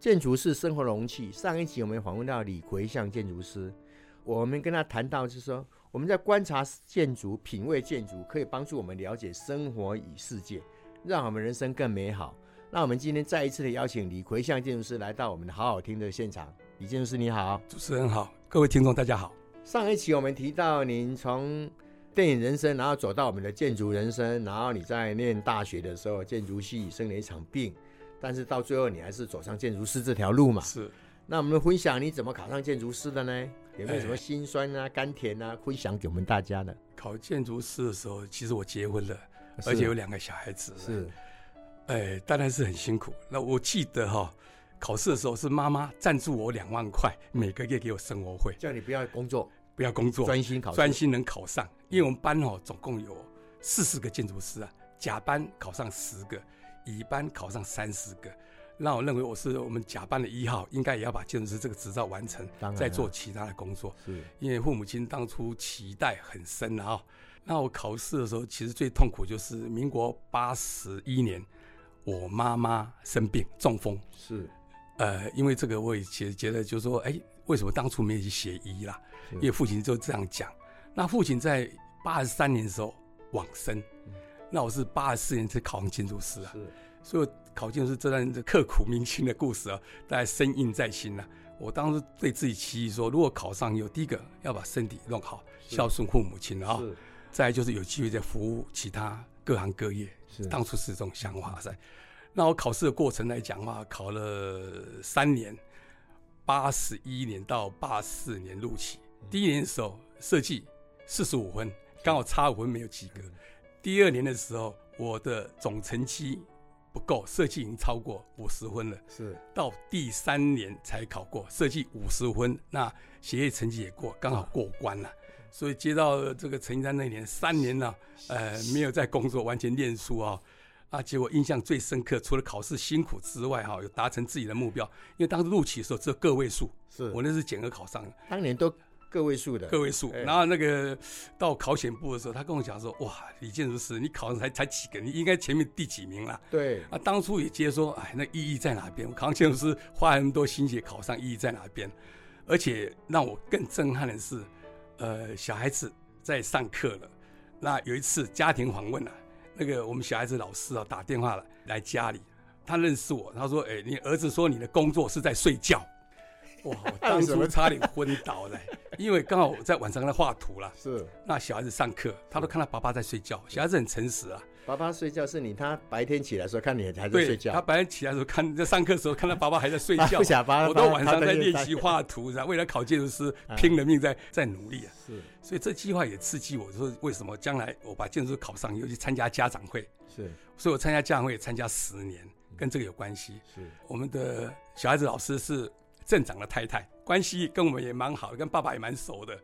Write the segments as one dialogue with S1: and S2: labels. S1: 建筑是生活容器。上一集我们访问到李奎相建筑师，我们跟他谈到就是说，我们在观察建筑、品味建筑，可以帮助我们了解生活与世界，让我们人生更美好。那我们今天再一次的邀请李奎相建筑师来到我们的好好听的现场。李建筑师你好，
S2: 主持人好，各位听众大家好。
S1: 上一期我们提到您从电影人生，然后走到我们的建筑人生，然后你在念大学的时候，建筑系生了一场病，但是到最后你还是走上建筑师这条路嘛。
S2: 是，
S1: 那我们分享你怎么考上建筑师的呢？有没有什么辛酸啊、甘甜啊，分享给我们大家的？
S2: 考建筑师的时候，其实我结婚了，
S1: 是
S2: 而且有两个小孩子。，
S1: 是
S2: 哎，当然是很辛苦。那我记得哈、考试的时候是妈妈赞助我两万块，每个月给我生活费，
S1: 叫你不要工作，
S2: 不要工作，
S1: 专心考试。
S2: 专心能考上。因为我们班哦，总共有四十个建筑师啊，甲班考上十个，乙班考上三十个。那我认为我是我们甲班的一号，应该也要把建筑师这个执照完成
S1: 当然，啊
S2: 再做其他的工作。
S1: 是
S2: 因为父母亲当初期待很深啊、那我考试的时候，其实最痛苦就是民国八十一年，我妈妈生病中风。
S1: 是
S2: 呃，因为这个我也觉觉得就是说，哎，为什么当初没有去学医啦？
S1: 是
S2: 因为父亲就这样讲。那父亲在八十三年的时候往生，那我是八十四年才考上建筑师啊。
S1: 是
S2: 所以我考进是这段刻骨铭心的故事啊，大家深印在心了、啊我当时对自己期许说，如果考上以后，第一个要把身体弄好，
S1: 是
S2: 孝顺父母亲啊、
S1: 是
S2: 再来就是有机会再服务其他各行各业，
S1: 是
S2: 当初是这种想法在。那我考试的过程来讲的话，考了三年，八十一年到八四年录取。第一年的时候设计四十五分，刚好差五分没有及格。第二年的时候，我的总成绩不够，设计已经超过五十分了。
S1: 是
S2: 到第三年才考过，设计五十分，那学业成绩也过，刚好过关了。所以接到这个成绩单那年，三年呢、呃，没有在工作，完全念书啊、啊，结果印象最深刻，除了考试辛苦之外、哈，有达成自己的目标。因为当时录取的时候只有个位数，
S1: 是，
S2: 我那是减额考上的
S1: 当年都个位数的，
S2: 个位数。
S1: 哎
S2: 然后那个到考选部的时候，他跟我讲说：“哇，李建筑师，你考上才才几个？你应该前面第几名啦？”
S1: 对
S2: 啊，当初也接说，哎，那意义在哪边？我考上建筑师花那么多心血考上，意义在哪边？而且让我更震撼的是，呃，小孩子在上课了，那有一次家庭访问啊，那个我们小孩子老师啊打电话来家里，他认识我，他说：“哎，你儿子说你的工作是在睡觉。”哇，我当
S1: 为什么
S2: 初差点昏倒了，因为刚好我在晚上跟他画图了。
S1: 是
S2: 那小孩子上课，他都看到爸爸在睡觉，小孩子很诚实啊。
S1: 爸爸睡觉是你，他白天起来的时候看你还在
S2: 对，
S1: 睡觉，
S2: 他白天起来的时候看，在上课的时候看到爸爸还在睡
S1: 他
S2: 觉，
S1: 不想把他
S2: 我到晚上在练习
S1: 他
S2: 画图，然后为了考建 筑师
S1: 啊
S2: 拼了命在在努力啊。
S1: 是
S2: 所以这计划也刺激我，说为什么将来我把建筑师考上，又去参加家长会，
S1: 是
S2: 所以我参加家长会也参加十年，跟这个有关系。
S1: 是
S2: 我们的小孩子老师是镇长的太太，关系跟我们也蛮好的，跟爸爸也蛮熟的。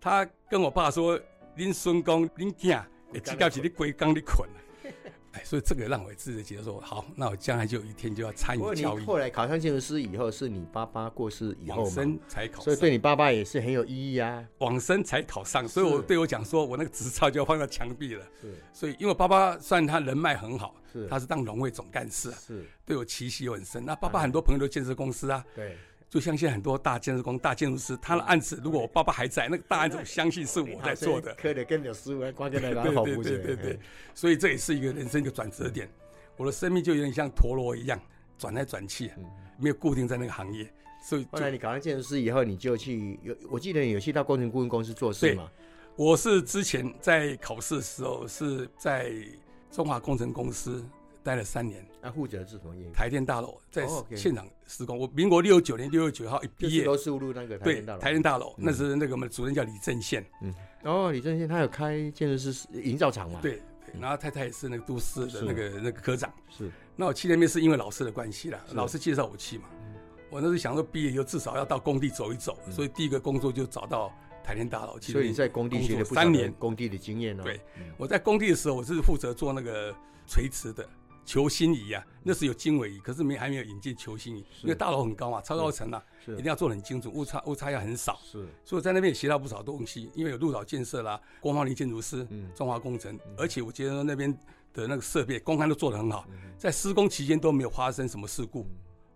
S2: 他跟我爸说：“恁孙公、恁囝，会知道是你龟缸里捆。” 哎，所以这个让我自己觉得说，好，那我将来就有一天就要参
S1: 不过
S2: 与
S1: 你
S2: 教育，
S1: 后来考上建筑师以后，是你爸爸过世以
S2: 往
S1: 后嘛，
S2: 生才考
S1: 所
S2: 上
S1: 以，对你爸爸也是很有意义啊。
S2: 往生才考上。所以我
S1: 是
S2: 对我讲说，我那个执照就要放到墙壁了。
S1: 是
S2: 所以，因为我爸爸虽然他人脉很好
S1: 是，
S2: 他是当农会总干事啊，
S1: 是，
S2: 对我期许很深。那爸爸很多朋友都建设公司啊，
S1: 对，
S2: 就像现在很多大建筑工、大建筑师，他的案子如果我爸爸还在，那个大案子我相信是我在做的。
S1: 科的跟有十五万，光跟那个
S2: 对
S1: 好
S2: 对
S1: 不
S2: 对对对，所以这也是一个人生一个转折点。我的生命就有点像陀螺一样转来转去，啊
S1: 嗯
S2: 没有固定在那个行业，所以
S1: 后来
S2: 就
S1: 你考上建筑师以后，你就去有，我记得你有去到工程顾问公司做事嘛？
S2: 我是之前在考试的时候是在中华工程公司待了三年，
S1: 啊，负责是什么业务？
S2: 台电大楼在
S1: 哦，OK
S2: 现场施工。我民国六九年六月九号一
S1: 就
S2: 毕
S1: 是
S2: 业，
S1: 罗斯福路那个台
S2: 对
S1: 电大楼。嗯
S2: 台电大楼，那是那个我们的主任叫李正宪，
S1: 哦，李正宪他有开建筑师营造厂嘛？，
S2: 对对，然后太太也是那个都市的
S1: 嗯是
S2: 那个那个科长。
S1: 是
S2: 那我去那边是因为老师的关系啦，
S1: 是嗯
S2: 老师介绍我去嘛。我那时候想说，毕业以后至少要到工地走一走，所以第一个工作就找到台联大楼去。
S1: 所以你在工地学了不少
S2: 三
S1: 的
S2: 年。
S1: 工地的经验哦。
S2: 对
S1: 嗯，
S2: 我在工地的时候，我是负责做那个垂直的球心仪啊，那时有经纬仪，可是没还没有引进球心仪，因为大楼很高嘛，超高层啊，
S1: 是
S2: 一定要做得很精准，误差误差要很少。
S1: 是
S2: 所以我在那边也学到不少东西，因为有鹿岛建设啦、郭茂林建筑师、
S1: 嗯
S2: 中华工程，而且我觉得那边的那个设备公安都做得很好，
S1: 嗯
S2: 在施工期间都没有发生什么事故，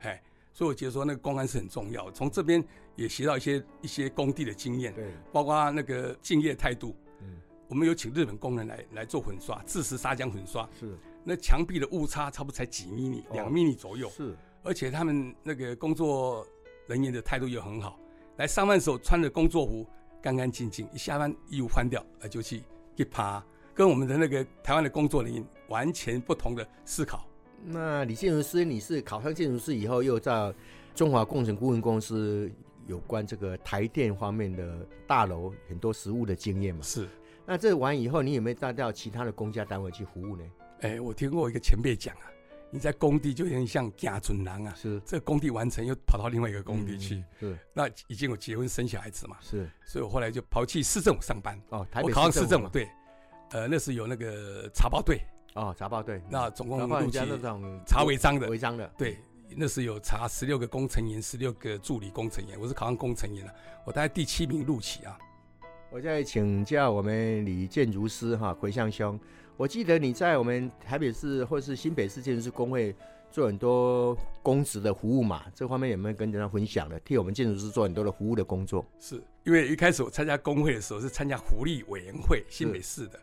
S2: 哎，所以我觉得说那个公安是很重要。从这边也学到一些一些工地的经验，
S1: 嗯对，
S2: 包括那个敬业态度。
S1: 嗯
S2: 我们有请日本工人来来做混刷，自石砂浆混刷，
S1: 是
S2: 那墙壁的误差差不多才几厘米，
S1: 哦
S2: 两厘米左右，
S1: 是
S2: 而且他们那个工作人员的态度也很好，来上班的时候穿着工作服，干干净净，一下班衣服换掉，呃，就去去爬，跟我们的那个台湾的工作人员完全不同的思考。
S1: 那李建筑师，你是考上建筑师以后，又在中华工程顾问公司有关这个台电方面的大楼很多实务的经验嘛？
S2: 是，
S1: 那这完以后，你有没有再到其他的公家单位去服务呢？
S2: 哎，我听过一个前辈讲啊，你在工地就有点像假准郎啊，
S1: 是
S2: 这个工地完成又跑到另外一个工地去，，
S1: 嗯
S2: 那已经有结婚生小孩子嘛，
S1: 是是
S2: 所以我后来就跑去市政府上班。
S1: 哦，台
S2: 我
S1: 北
S2: 考上
S1: 市
S2: 市
S1: 政
S2: 政
S1: 府
S2: 府，
S1: 嘛
S2: 对，呃，那时有那个茶包队，
S1: 哦，查报对，
S2: 那总共
S1: 查报人
S2: 录取
S1: 家那种
S2: 查违章的，
S1: 违章的，
S2: 对，那时有查十六个工程员，十六个助理工程员，我是考上工程员了，我大概第七名录取啊。
S1: 我再请教我们李建筑师哈，奎相兄，我记得你在我们台北市或是新北市建筑师工会做很多公职的服务嘛，这方面有没有跟大家分享的？替我们建筑师做很多的服务的工作。
S2: 是因为一开始我参加工会的时候是参加福利委员会新北市的，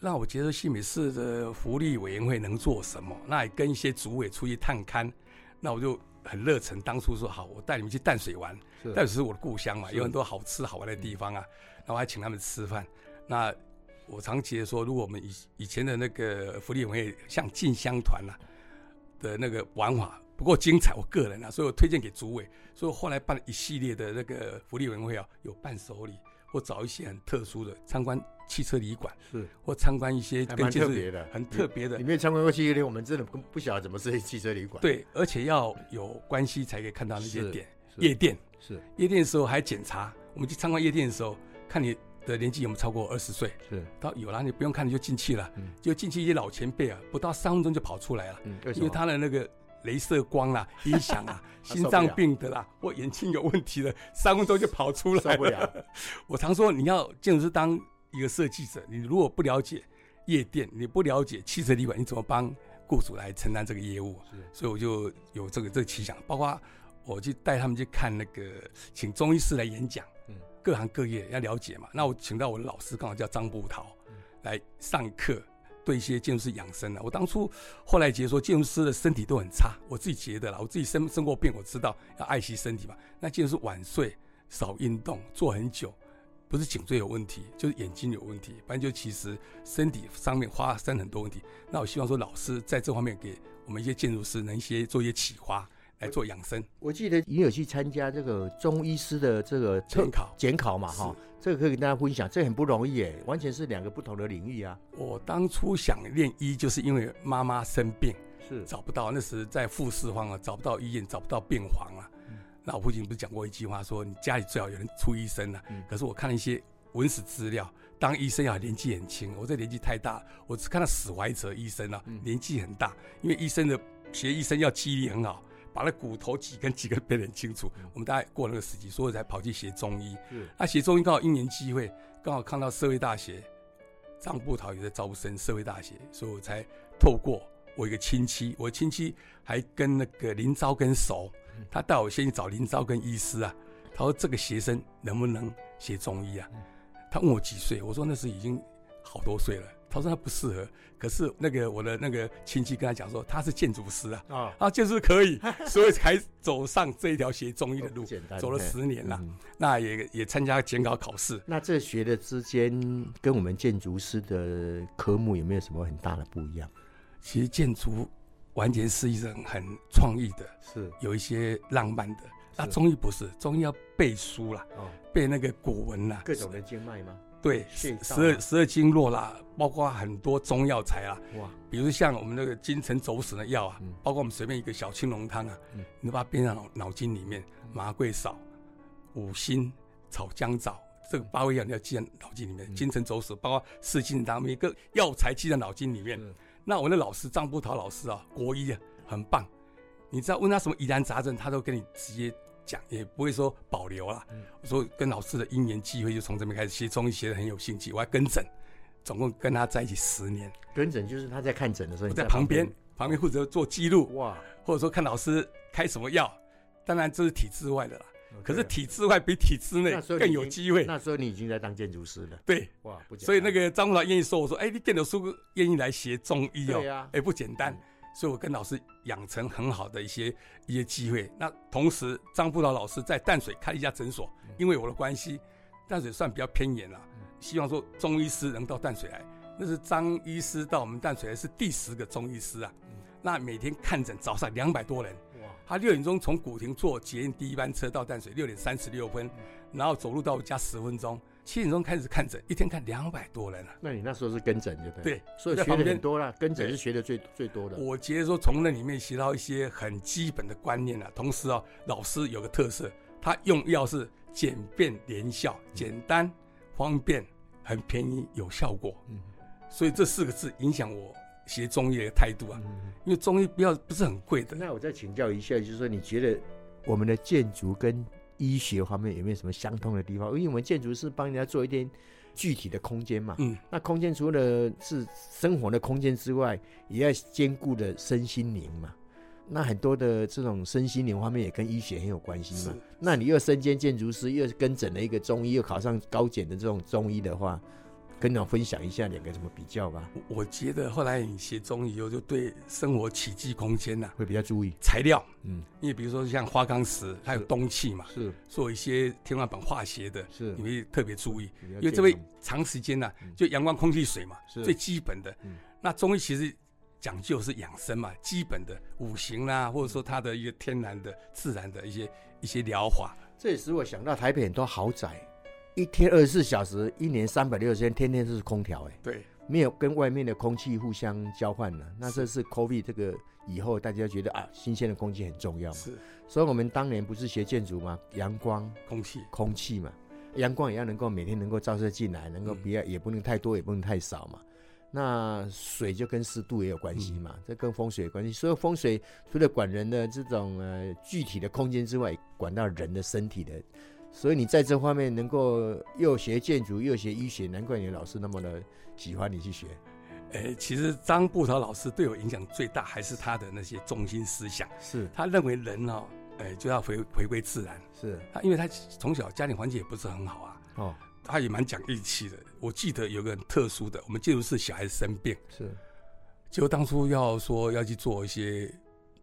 S2: 那我觉得新北市的福利委员会能做什么？那也跟一些组委出去探勘，那我就很热忱，当初说好，我带你们去淡水玩，
S1: 是
S2: 淡水是我的故乡嘛，
S1: 是嗯
S2: 有很多好吃好玩的地方啊，然后还请他们吃饭。那我常觉得说，如果我们以以前的那个福利委员会像进香团啦、的那个玩法不够精彩，我个人啊，所以我推荐给主委。所以我后来办了一系列的那个福利委员会啊，有伴手礼，或找一些很特殊的参观汽车旅馆，
S1: 是
S2: 或参观一些
S1: 还
S2: 跟
S1: 蛮
S2: 建
S1: 特
S2: 筑
S1: 别的，嗯
S2: 很特别的
S1: 你。没有参观过汽车旅馆，我们真的不不晓得怎么是汽车旅馆。
S2: 对，而且要有关系才可以看到那些
S1: 是
S2: 点。
S1: 是，
S2: 夜店，
S1: 是
S2: 夜店的时候还检查，我们去参观夜店的时候，看你的年纪有没有超过二十岁。
S1: 是，
S2: 到有啦，你不用看你就进去了，
S1: 嗯
S2: 就进去一些老前辈啊，不到三分钟就跑出来了，
S1: 嗯，为什
S2: 因为
S1: 么？
S2: 他的那个镭射光 啦、音响啊、
S1: 他
S2: 心
S1: 受不
S2: 脏
S1: 了
S2: 病的啦或眼睛有问题的，三分钟就跑出来
S1: 受 不了。
S2: 我常说，你要建筑师当一个设计者，你如果不了解夜店，你不了解汽车旅馆，你怎么帮雇主来承担这个业务啊？
S1: 是
S2: 所以我就有这个这个奇想，包括我去带他们去看那个，请中医师来演讲，
S1: 嗯
S2: 各行各业要了解嘛。那我请到我的老师，刚好叫张步桃，
S1: 嗯
S2: 来上课，对一些建筑师养生啊。我当初后来觉得说，建筑师的身体都很差，我自己觉得啦，我自己生生过病，我知道要爱惜身体嘛。那建筑师晚睡、少运动、坐很久。不是颈椎有问题，就是眼睛有问题，反正就其实身体上面发生很多问题。那我希望说，老师在这方面给我们一些建筑师能一些做一些启发，来做养生
S1: 我记得你有去参加这个中医师的这个
S2: 参考。
S1: 检考嘛，哈，这个可以跟大家分享，这很不容易耶，完全是两个不同的领域啊。
S2: 我当初想练医，就是因为妈妈生病
S1: 是
S2: 找不到，那时在富士方啊，找不到医院，找不到病房啊。
S1: 嗯
S2: 那我父亲不是讲过一句话说，你家里最好有人出医生啊
S1: 嗯。
S2: 可是我看了一些文史资料，当医生啊年纪很轻，我这年纪太大了，我只看到史怀哲医生啊
S1: 嗯
S2: 年纪很大，因为医生的学医生要记忆力很好，把那骨头几根几根背得很清楚
S1: 嗯。
S2: 我们大概过了那个时期，所以我才跑去学中医。
S1: 是
S2: 那写啊中医刚好一年机会，刚好看到社会大学张步桃也在招生社会大学，所以我才透过我一个亲戚，我亲戚还跟那个林昭根熟
S1: 嗯，
S2: 他带我先去找林昭根医师啊，他说这个学生能不能写中医啊
S1: 嗯？
S2: 他问我几岁，我说那时已经好多岁了，他说他不适合，可是那个我的那个亲戚跟他讲说他是建筑师啊，
S1: 啊，
S2: 啊建筑师 可以，所以才走上这一条学中医的路
S1: 不，简单
S2: 走了
S1: 嘿
S2: 十年了。
S1: 嗯
S2: 那也也参加监考考试。
S1: 那这学的之间跟我们建筑师的科目有没有什么很大的不一样？
S2: 其实建筑完全是一种很创意的，
S1: 是
S2: 有一些浪漫的。那
S1: 是
S2: 中医不是，中医要背书啦，
S1: 哦，
S2: 背那个古文啦，
S1: 各种的经脉吗？
S2: 对，
S1: 穴
S2: 十
S1: 道啊
S2: 十二十二经络啦，包括很多中药材啦，
S1: 哇，
S2: 比如像我们那个金城走死的药啊，
S1: 嗯
S2: 包括我们随便一个小青龙汤啊，
S1: 嗯
S2: 你把它编到脑脑筋里面，麻桂草、五辛、炒姜枣，这个八味药你要记在脑筋里面。
S1: 嗯
S2: 金城走死，包括四季汤，每个药材记在脑筋里面
S1: 是。
S2: 那我那老师张步桃老师啊，国医啊，很棒。你知道问他什么疑难杂症，他都跟你直接讲，也不会说保留啦。
S1: 嗯
S2: 我说跟老师的因缘际会就从这边开始，其实中医学的很有兴趣，我还跟诊，总共跟他在一起十年。
S1: 跟诊就是他在看诊的时候，
S2: 我
S1: 你
S2: 在旁边，旁边负责做记录，
S1: 哇，
S2: 或者说看老师开什么药。当然这是体制外的啦，
S1: 哦
S2: 可
S1: 对
S2: 是
S1: 啊
S2: 体制外比体制内
S1: 那时候你
S2: 更
S1: 已
S2: 有
S1: 经
S2: 机会。
S1: 那时啊候你已经在当建筑师了，
S2: 对，
S1: 哇，不简单
S2: 所以那个张木老愿意说，我说，哎，你电脑书愿意来学中医
S1: 对
S2: 哦，
S1: 呀，
S2: 哎，不简单
S1: 嗯。
S2: 所以我跟老师养成很好的一些一些机会。那同时，张辅导老师在淡水开了一家诊所
S1: 嗯，
S2: 因为我的关系，淡水算比较偏远了、
S1: 嗯
S2: 希望说中医师能到淡水来。那是张医师到我们淡水来是第十个中医师啊
S1: 嗯，
S2: 那每天看诊早上两百多人。
S1: 哇，
S2: 他六点钟从古亭坐捷运第一班车到淡水，六点三十六分，
S1: 嗯
S2: 然后走路到我家十分钟。七点钟开始看诊，一天看两百多人啊！
S1: 那你那时候是跟诊对不对？
S2: 对，
S1: 所以
S2: 在
S1: 学
S2: 旁
S1: 的
S2: 边
S1: 很多啦，跟诊
S2: 对
S1: 是学的最最多的。
S2: 我觉得说从那里面学到一些很基本的观念啊，同时啊，老师有个特色，他用药是简便廉效，
S1: 嗯
S2: 简单、方便、很便宜、有效果。
S1: 嗯
S2: 所以这四个字影响我学中医的态度啊，
S1: 嗯，
S2: 因为中医不要不是很贵的，
S1: 那我再请教一下，就是说你觉得我们的建筑跟医学方面有没有什么相通的地方？因为我们建筑是帮人家做一点具体的空间嘛，
S2: 嗯，
S1: 那空间除了是生活的空间之外，也要兼顾的身心灵嘛。那很多的这种身心灵方面也跟医学很有关系嘛
S2: 是。
S1: 那你又身兼建筑师，又跟诊了一个中医，又考上高检的这种中医的话，跟我分享一下两个怎么比较吧，
S2: 我我觉得后来你学中医以后，就对生活起居空间呐、
S1: 会比较注意。
S2: 材料，
S1: 嗯，
S2: 因为比如说像花岗石，还有
S1: 是
S2: 冬气嘛，
S1: 是
S2: 做一些天花板化学的，
S1: 是
S2: 你，会特别注意。
S1: 因
S2: 因为这位长时间呢、啊
S1: 嗯
S2: 就阳光、空气、水嘛，
S1: 是
S2: 最基本的。
S1: 嗯
S2: 那中医其实讲究是养生嘛，基本的五行啦、或者说它的一个天然的、自然的一些一些疗法。
S1: 这也使我想到台北很多豪宅，一天二十四小时，一年三百六十天，天天都是空调哎、
S2: 对，
S1: 没有跟外面的空气互相交换了。那这是 COVID 这个以后，大家觉得啊，新鲜的空气很重要嘛。
S2: 是
S1: 所以我们当年不是学建筑吗？阳光、
S2: 空气。
S1: 空气嘛，阳光也要能够每天能够照射进来，能够
S2: 嗯
S1: 不要也不能太多，也不能太少嘛。那水就跟湿度也有关系嘛，这跟风水有关系。所以风水除了管人的这种呃具体的空间之外，也管到人的身体的。所以你在这方面能够又学建筑又学医学，难怪你的老师那么的喜欢你去学。
S2: 诶，其实张步桃老师对我影响最大，还是他的那些中心思想。
S1: 是
S2: 他认为人哦，诶，就要回回归自然。
S1: 是
S2: 他因为他从小家庭环境也不是很好啊，
S1: 哦，
S2: 他也蛮讲义气的。我记得有个很特殊的，我们建筑室小孩子生病。
S1: 是
S2: 结果当初要说要去做一些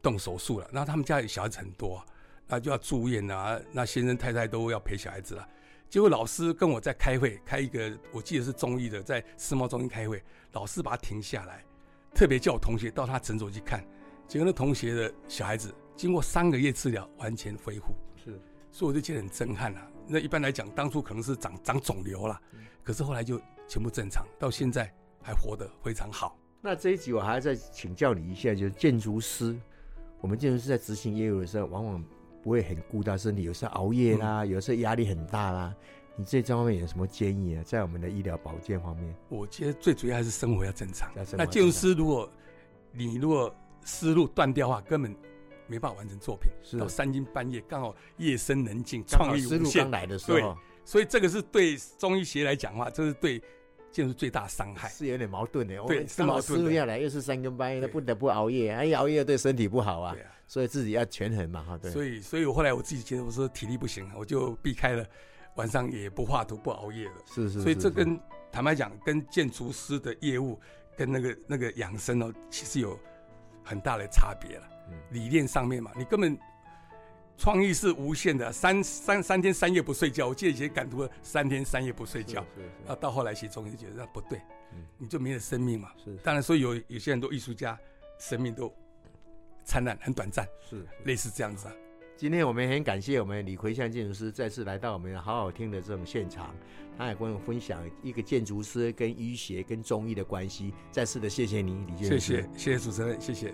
S2: 动手术了，然后他们家里小孩子很多、啊那就要住院啊，那先生太太都要陪小孩子了。结果老师跟我在开会，开一个我记得是中医的，在世贸中心开会，老师把他停下来，特别叫我同学到他诊所去看。结果那同学的小孩子经过三个月治疗完全恢复，
S1: 是
S2: 所以我就觉得很震撼啊。那一般来讲，当初可能是长长肿瘤了，可是后来就全部正常，到现在还活得非常好。
S1: 那这一集我还要再请教你一下，就是建筑师，我们建筑师在执行业务的时候，往往不会很顾到身体，有时候熬夜啦，
S2: 嗯
S1: 有时候压力很大啦。你这方面有什么建议呢？在我们的医疗保健方面，
S2: 我觉得最主要还是生活要正常
S1: 要。生活
S2: 那建筑师如果你如果思路断掉的话，根本没办法完成作品。
S1: 是
S2: 到三更半夜，刚好夜深人静，
S1: 刚好
S2: 创意
S1: 思
S2: 无
S1: 路
S2: 限
S1: 刚。来的时候
S2: 所以这个是对中医学来讲的话，这是对建筑最大的伤害。
S1: 是有点矛盾的。我
S2: 对
S1: 们
S2: 是
S1: 刚好
S2: 矛
S1: 思
S2: 盾的
S1: 路要来，又是三更半夜，那
S2: 对
S1: 不得不熬夜，哎，熬夜对身体不好啊
S2: 对，啊，
S1: 所以自己要权衡嘛，哈，对。
S2: 所以所以我后来我自己觉得我说体力不行，我就避开了，晚上也不画图，不熬夜了。
S1: 是是是，
S2: 所以这
S1: 是
S2: 跟坦白讲，跟建筑师的业务跟那个那个养生哦，其实有很大的差别了。
S1: 嗯
S2: 理念上面嘛，你根本创意是无限的，啊三三三天三夜不睡觉，我记得以前赶图了三天三夜不睡觉，
S1: 是是
S2: 那到后来写中医觉得那不对
S1: 嗯，
S2: 你就没有生命嘛。
S1: 是
S2: 当然，所以有有些很多艺术家生命都灿烂很短暂，
S1: 是是
S2: 类似这样子啊。
S1: 今天我们很感谢我们李奎相建筑师再次来到我们好好听的这种现场，他也跟我们分享一个建筑师跟医学跟中医的关系。再次的谢谢你，李建
S2: 谢
S1: 筑师。
S2: 谢谢谢主持人，谢谢。